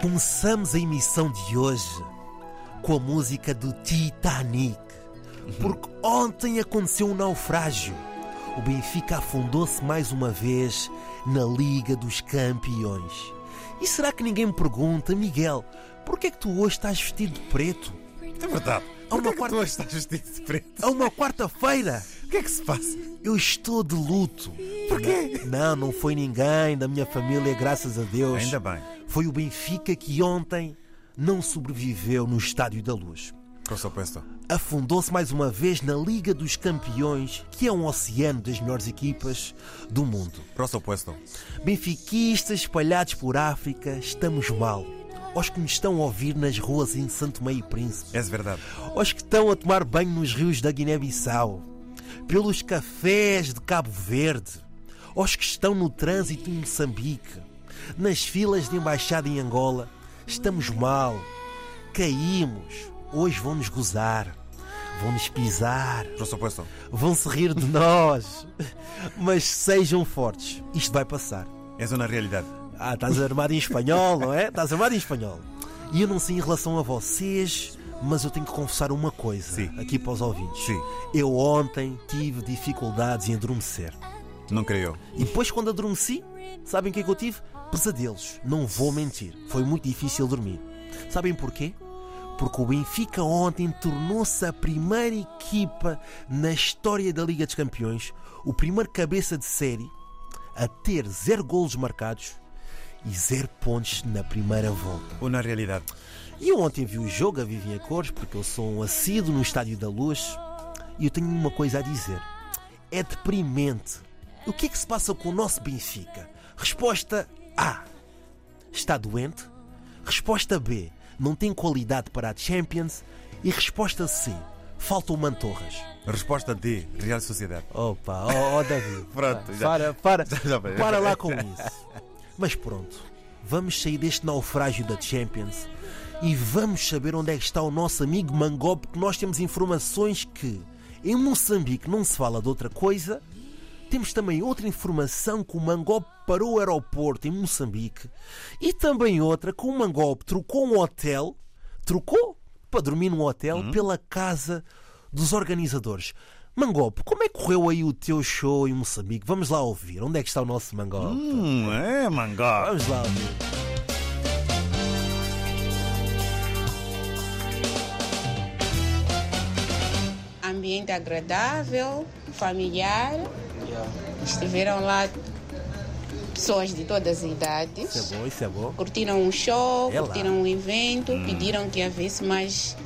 Começamos a emissão de hoje com a música do Titanic, Uhum. porque ontem aconteceu um naufrágio. O Benfica afundou-se mais uma vez na Liga dos Campeões. E será que ninguém me pergunta, Miguel, porquê é que tu hoje estás vestido de preto? É verdade. Há uma Porquê que quarta- tu hoje estás vestido de preto? É uma quarta-feira! O que é que se passa? Eu estou de luto. Porquê? Não, não foi ninguém da minha família, graças a Deus. Ainda bem. Foi o Benfica que ontem não sobreviveu no Estádio da Luz. Com só penso. Afundou-se mais uma vez na Liga dos Campeões, que é um oceano das melhores equipas do mundo. Pro supuesto. Benfiquistas espalhados por África, estamos mal. Aos que nos estão a ouvir nas ruas em Santo Meio Príncipe, É verdade. aos que estão a tomar banho nos rios da Guiné-Bissau, pelos cafés de Cabo Verde, aos que estão no trânsito em Moçambique, nas filas de embaixada em Angola, estamos mal. Caímos. Hoje vão-nos gozar, vão-nos pisar, Pro supuesto. vão se rir de nós. Mas sejam fortes, isto vai passar. É uma realidade. Ah, estás armado em espanhol, não é? Estás armado em espanhol. E eu não sei em relação a vocês, mas eu tenho que confessar uma coisa Sim. aqui para os ouvintes. Sim. Eu ontem tive dificuldades em adormecer. Não creio. E depois, quando adormeci, sabem o que é que eu tive? Pesadelos. Não vou mentir. Foi muito difícil dormir. Sabem porquê? Porque o Benfica ontem tornou-se a primeira equipa na história da Liga dos Campeões, o primeiro cabeça de série a ter zero golos marcados e zero pontos na primeira volta. Uma realidade. E eu ontem vi o jogo a Vivinha Cores, porque eu sou um assíduo no Estádio da Luz, e eu tenho uma coisa a dizer. É deprimente. O que é que se passa com o nosso Benfica? Resposta A. Está doente? Resposta B. Não tem qualidade para a Champions? E resposta C. Faltam mantorras. Resposta D. Real Sociedade. Opa, ó ó, David. Pronto, já- para, para, já- já foi. para lá com isso. Mas pronto, vamos sair deste naufrágio da Champions e vamos saber onde é que está o nosso amigo Mangó, porque nós temos informações que em Moçambique não se fala de outra coisa. Temos também outra informação que o Mangop parou o aeroporto em Moçambique e também outra que o Mangop trocou um hotel, trocou para dormir num hotel pela casa dos organizadores. Mangop, como é que correu aí o teu show em Moçambique? Vamos lá ouvir. Onde é que está o nosso Mangop? Hum, é, mangá. Vamos lá ouvir. ambiente agradável, familiar. Estiveram lá pessoas de todas as idades. Isso é bom, isso é bom. Curtiram um show, É lá. Hum. curtiram um evento, pediram que havesse mais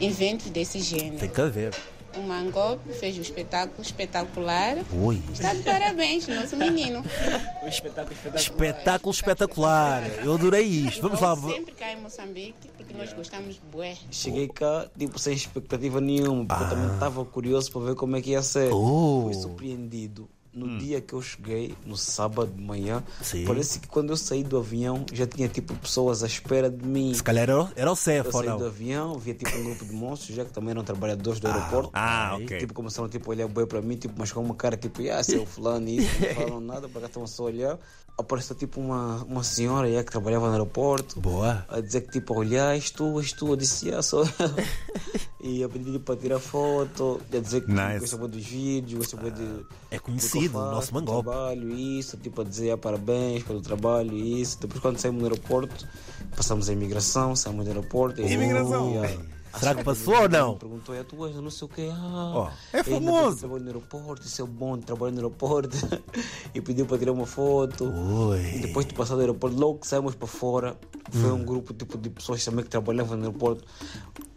eventos desse Tem gênero. que haver. O Mangop fez um espetáculo espetacular. Ui. Está de parabéns, nosso menino. Espetáculo espetacular. Eu adorei isto. Vamos lá. Volte sempre cá em Moçambique, porque nós gostamos de bué. Cheguei cá, tipo, sem expectativa nenhuma, porque eu também estava curioso para ver como é que ia ser. Ah. Oh. Fui surpreendido. No dia que eu cheguei, no sábado de manhã, Sim. parece que quando eu saí do avião já tinha tipo pessoas à espera de mim. Se calhar era o- era o Cef, Eu ou saí do não? avião, via tipo um grupo de monstros, já que também eram trabalhadores do aeroporto. Ah, ok. Tipo, começaram tipo, a olhar bem para mim, tipo, mas com uma cara tipo, ah, seu fulano, e isso, não falam nada, para cá estão só a olhar. Apareceu tipo uma, uma senhora já, que trabalhava no aeroporto Boa. a dizer que tipo, olha, és tu, és tu, eu disse, ah, sou eu." E tipo, a pedir para tirar foto, a dizer que Nice. gosta muito dos vídeos, gosta muito de. É do que conhecido, eu o faço, nosso do Mangop. trabalho, isso, tipo, a dizer ah, parabéns pelo trabalho, isso. Depois, quando saímos do aeroporto, passamos a imigração, saímos do aeroporto. e- Imigração. E, ah, a Será que senhora passou ou não? me Perguntou, é tu és, eu não sei o quê. Ah, Ó, é eu ainda famoso. Trabalho no aeroporto, isso é bom, trabalho no aeroporto. e pediu para tirar uma foto. E Ui. depois de passar do aeroporto, logo que saímos para fora, Hum. foi um grupo tipo, de pessoas também que trabalhavam no aeroporto.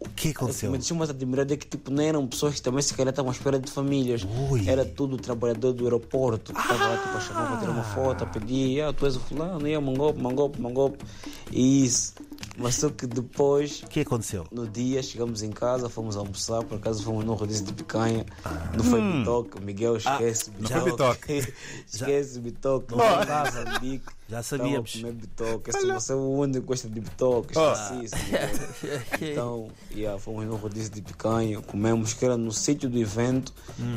O que aconteceu? Me deixou mais admirado é que tipo, não eram pessoas que também se calhar estavam à espera de famílias. Ui. Era tudo trabalhador do aeroporto. que Estava lá tipo, a chamar para tirar uma foto, a pedir, ah, tu és o fulano, e mangope, mangope, mangope. E isso. Mas só que depois O que aconteceu? no dia chegamos em casa, fomos almoçar, por acaso fomos num rodízio de picanha. Não foi bitoque, Miguel esquece não foi esquece bitoque, não dá Zambique. Já sabíamos. Estava a comer bitoque. Se você é o único que gosta de bitoque, esquece isso. Miguel. Então, yeah, fomos num rodízio de picanha, comemos que era no sítio do evento,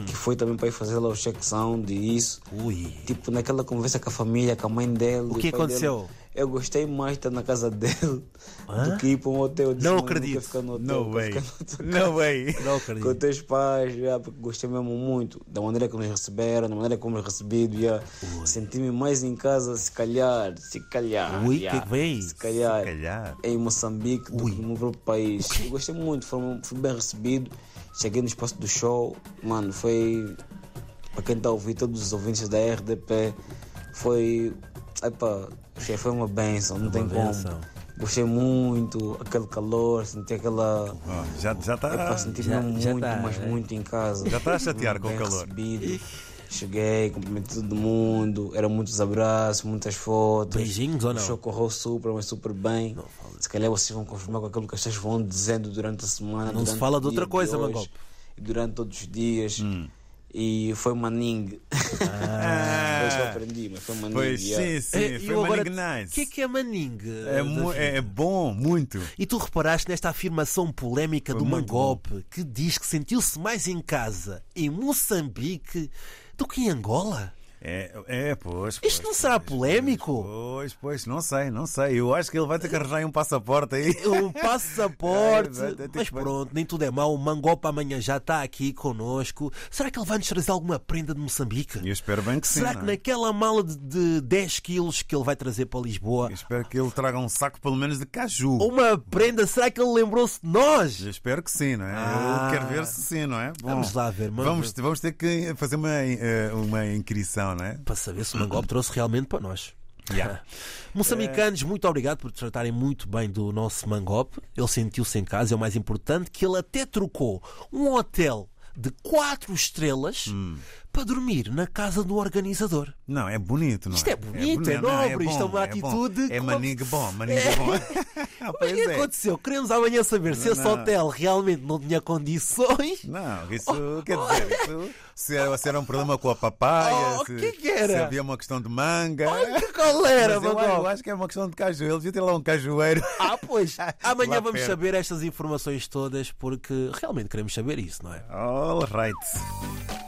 que foi também para ir fazer lá o check sound e isso. Ui. Tipo, naquela conversa com a família, com a mãe dela. O que aconteceu? Eu gostei mais de estar na casa dele do que ir para um hotel. Eu disse, Não "Mano, eu acredito. Quero ficar no hotel, eu No quero way. ficar no hotel." No way. Não Com acredito. teus pais, já, porque gostei mesmo muito da maneira que nos receberam, da maneira como nos recebido. já. Senti-me mais em casa, se calhar, se calhar. Ui, já. que que vem? Se calhar. Calhar. Em Moçambique, do Ui. que no meu próprio país. Eu gostei muito, fui, fui bem recebido. Cheguei no espaço do show, mano, foi. Para quem está a ouvir, todos os ouvintes da RDP, foi. Epa, che- foi uma benção, não tem benção. como. Gostei muito, aquele calor, senti aquela. Ah, já já Epá, está. senti-me já- muito, já tá, mas né? muito em casa. Já tá a chatear com o Bem calor. recebido. Cheguei, cumprimentei todo mundo, eram muitos abraços, muitas fotos. Beijinhos ou não? O show correu super, mas super bem. se calhar vocês vão confirmar com aquilo que vocês vão dizendo durante a semana. Não se durante o fala de dia outra coisa, hoje, Mangope. e Durante todos os dias. E foi maning. Depois eu aprendi, mas foi maning. Pois yeah. sim, sim. Eh, e Foi eu agora- malignice. O que é que é Manning? É, mu- é bom, muito. E tu reparaste nesta afirmação polémica do muito Mangope, que diz que sentiu-se mais em casa em Moçambique do que em Angola? É, é pois, pois. Isto não será polémico? Pois, pois, não sei, não sei. Eu acho que ele vai ter que arranjar um passaporte aí. Um passaporte. É, vai ter Mas que- vai- pronto, nem tudo é mau. O Mangope amanhã já está aqui conosco. Será que ele vai nos trazer alguma prenda de Moçambique? Eu espero bem que sim. Será que não é? naquela mala de, de 10 quilos que ele vai trazer para Lisboa, Eu espero que ele traga um saco pelo menos de caju. uma prenda, será que ele lembrou-se de nós? Eu espero que sim, não é? Ah. Eu quero ver se sim, não é? Bom, Vamos lá ver, mano. Vamos, vamos ter que fazer uma, eh, uma inscrição, não é? para saber se o Mangope trouxe realmente para nós. Yeah. Moçambicanos, muito obrigado por tratarem muito bem do nosso Mangope. Ele sentiu-se em casa, é o mais importante, que ele até trocou um hotel de quatro estrelas Hum. para dormir na casa do organizador. Não, é bonito, não é? Isto é bonito, é não, nobre, isto é uma atitude É como- É. maninho bom, maninho bom. é. Mas o que aconteceu? Queremos amanhã saber se Não, esse não. hotel realmente não tinha condições. Não, isso quer dizer, isso, se, era, se era um problema com a papaya, Oh, o se, que que era? se havia uma questão de manga. Olha que colera, Mas eu, eu Mangope! acho que é uma questão de caju. Ele devia ter lá um cajueiro. Ah, pois, amanhã Lá vamos perto. saber estas informações todas porque realmente queremos saber isso, não é? All right.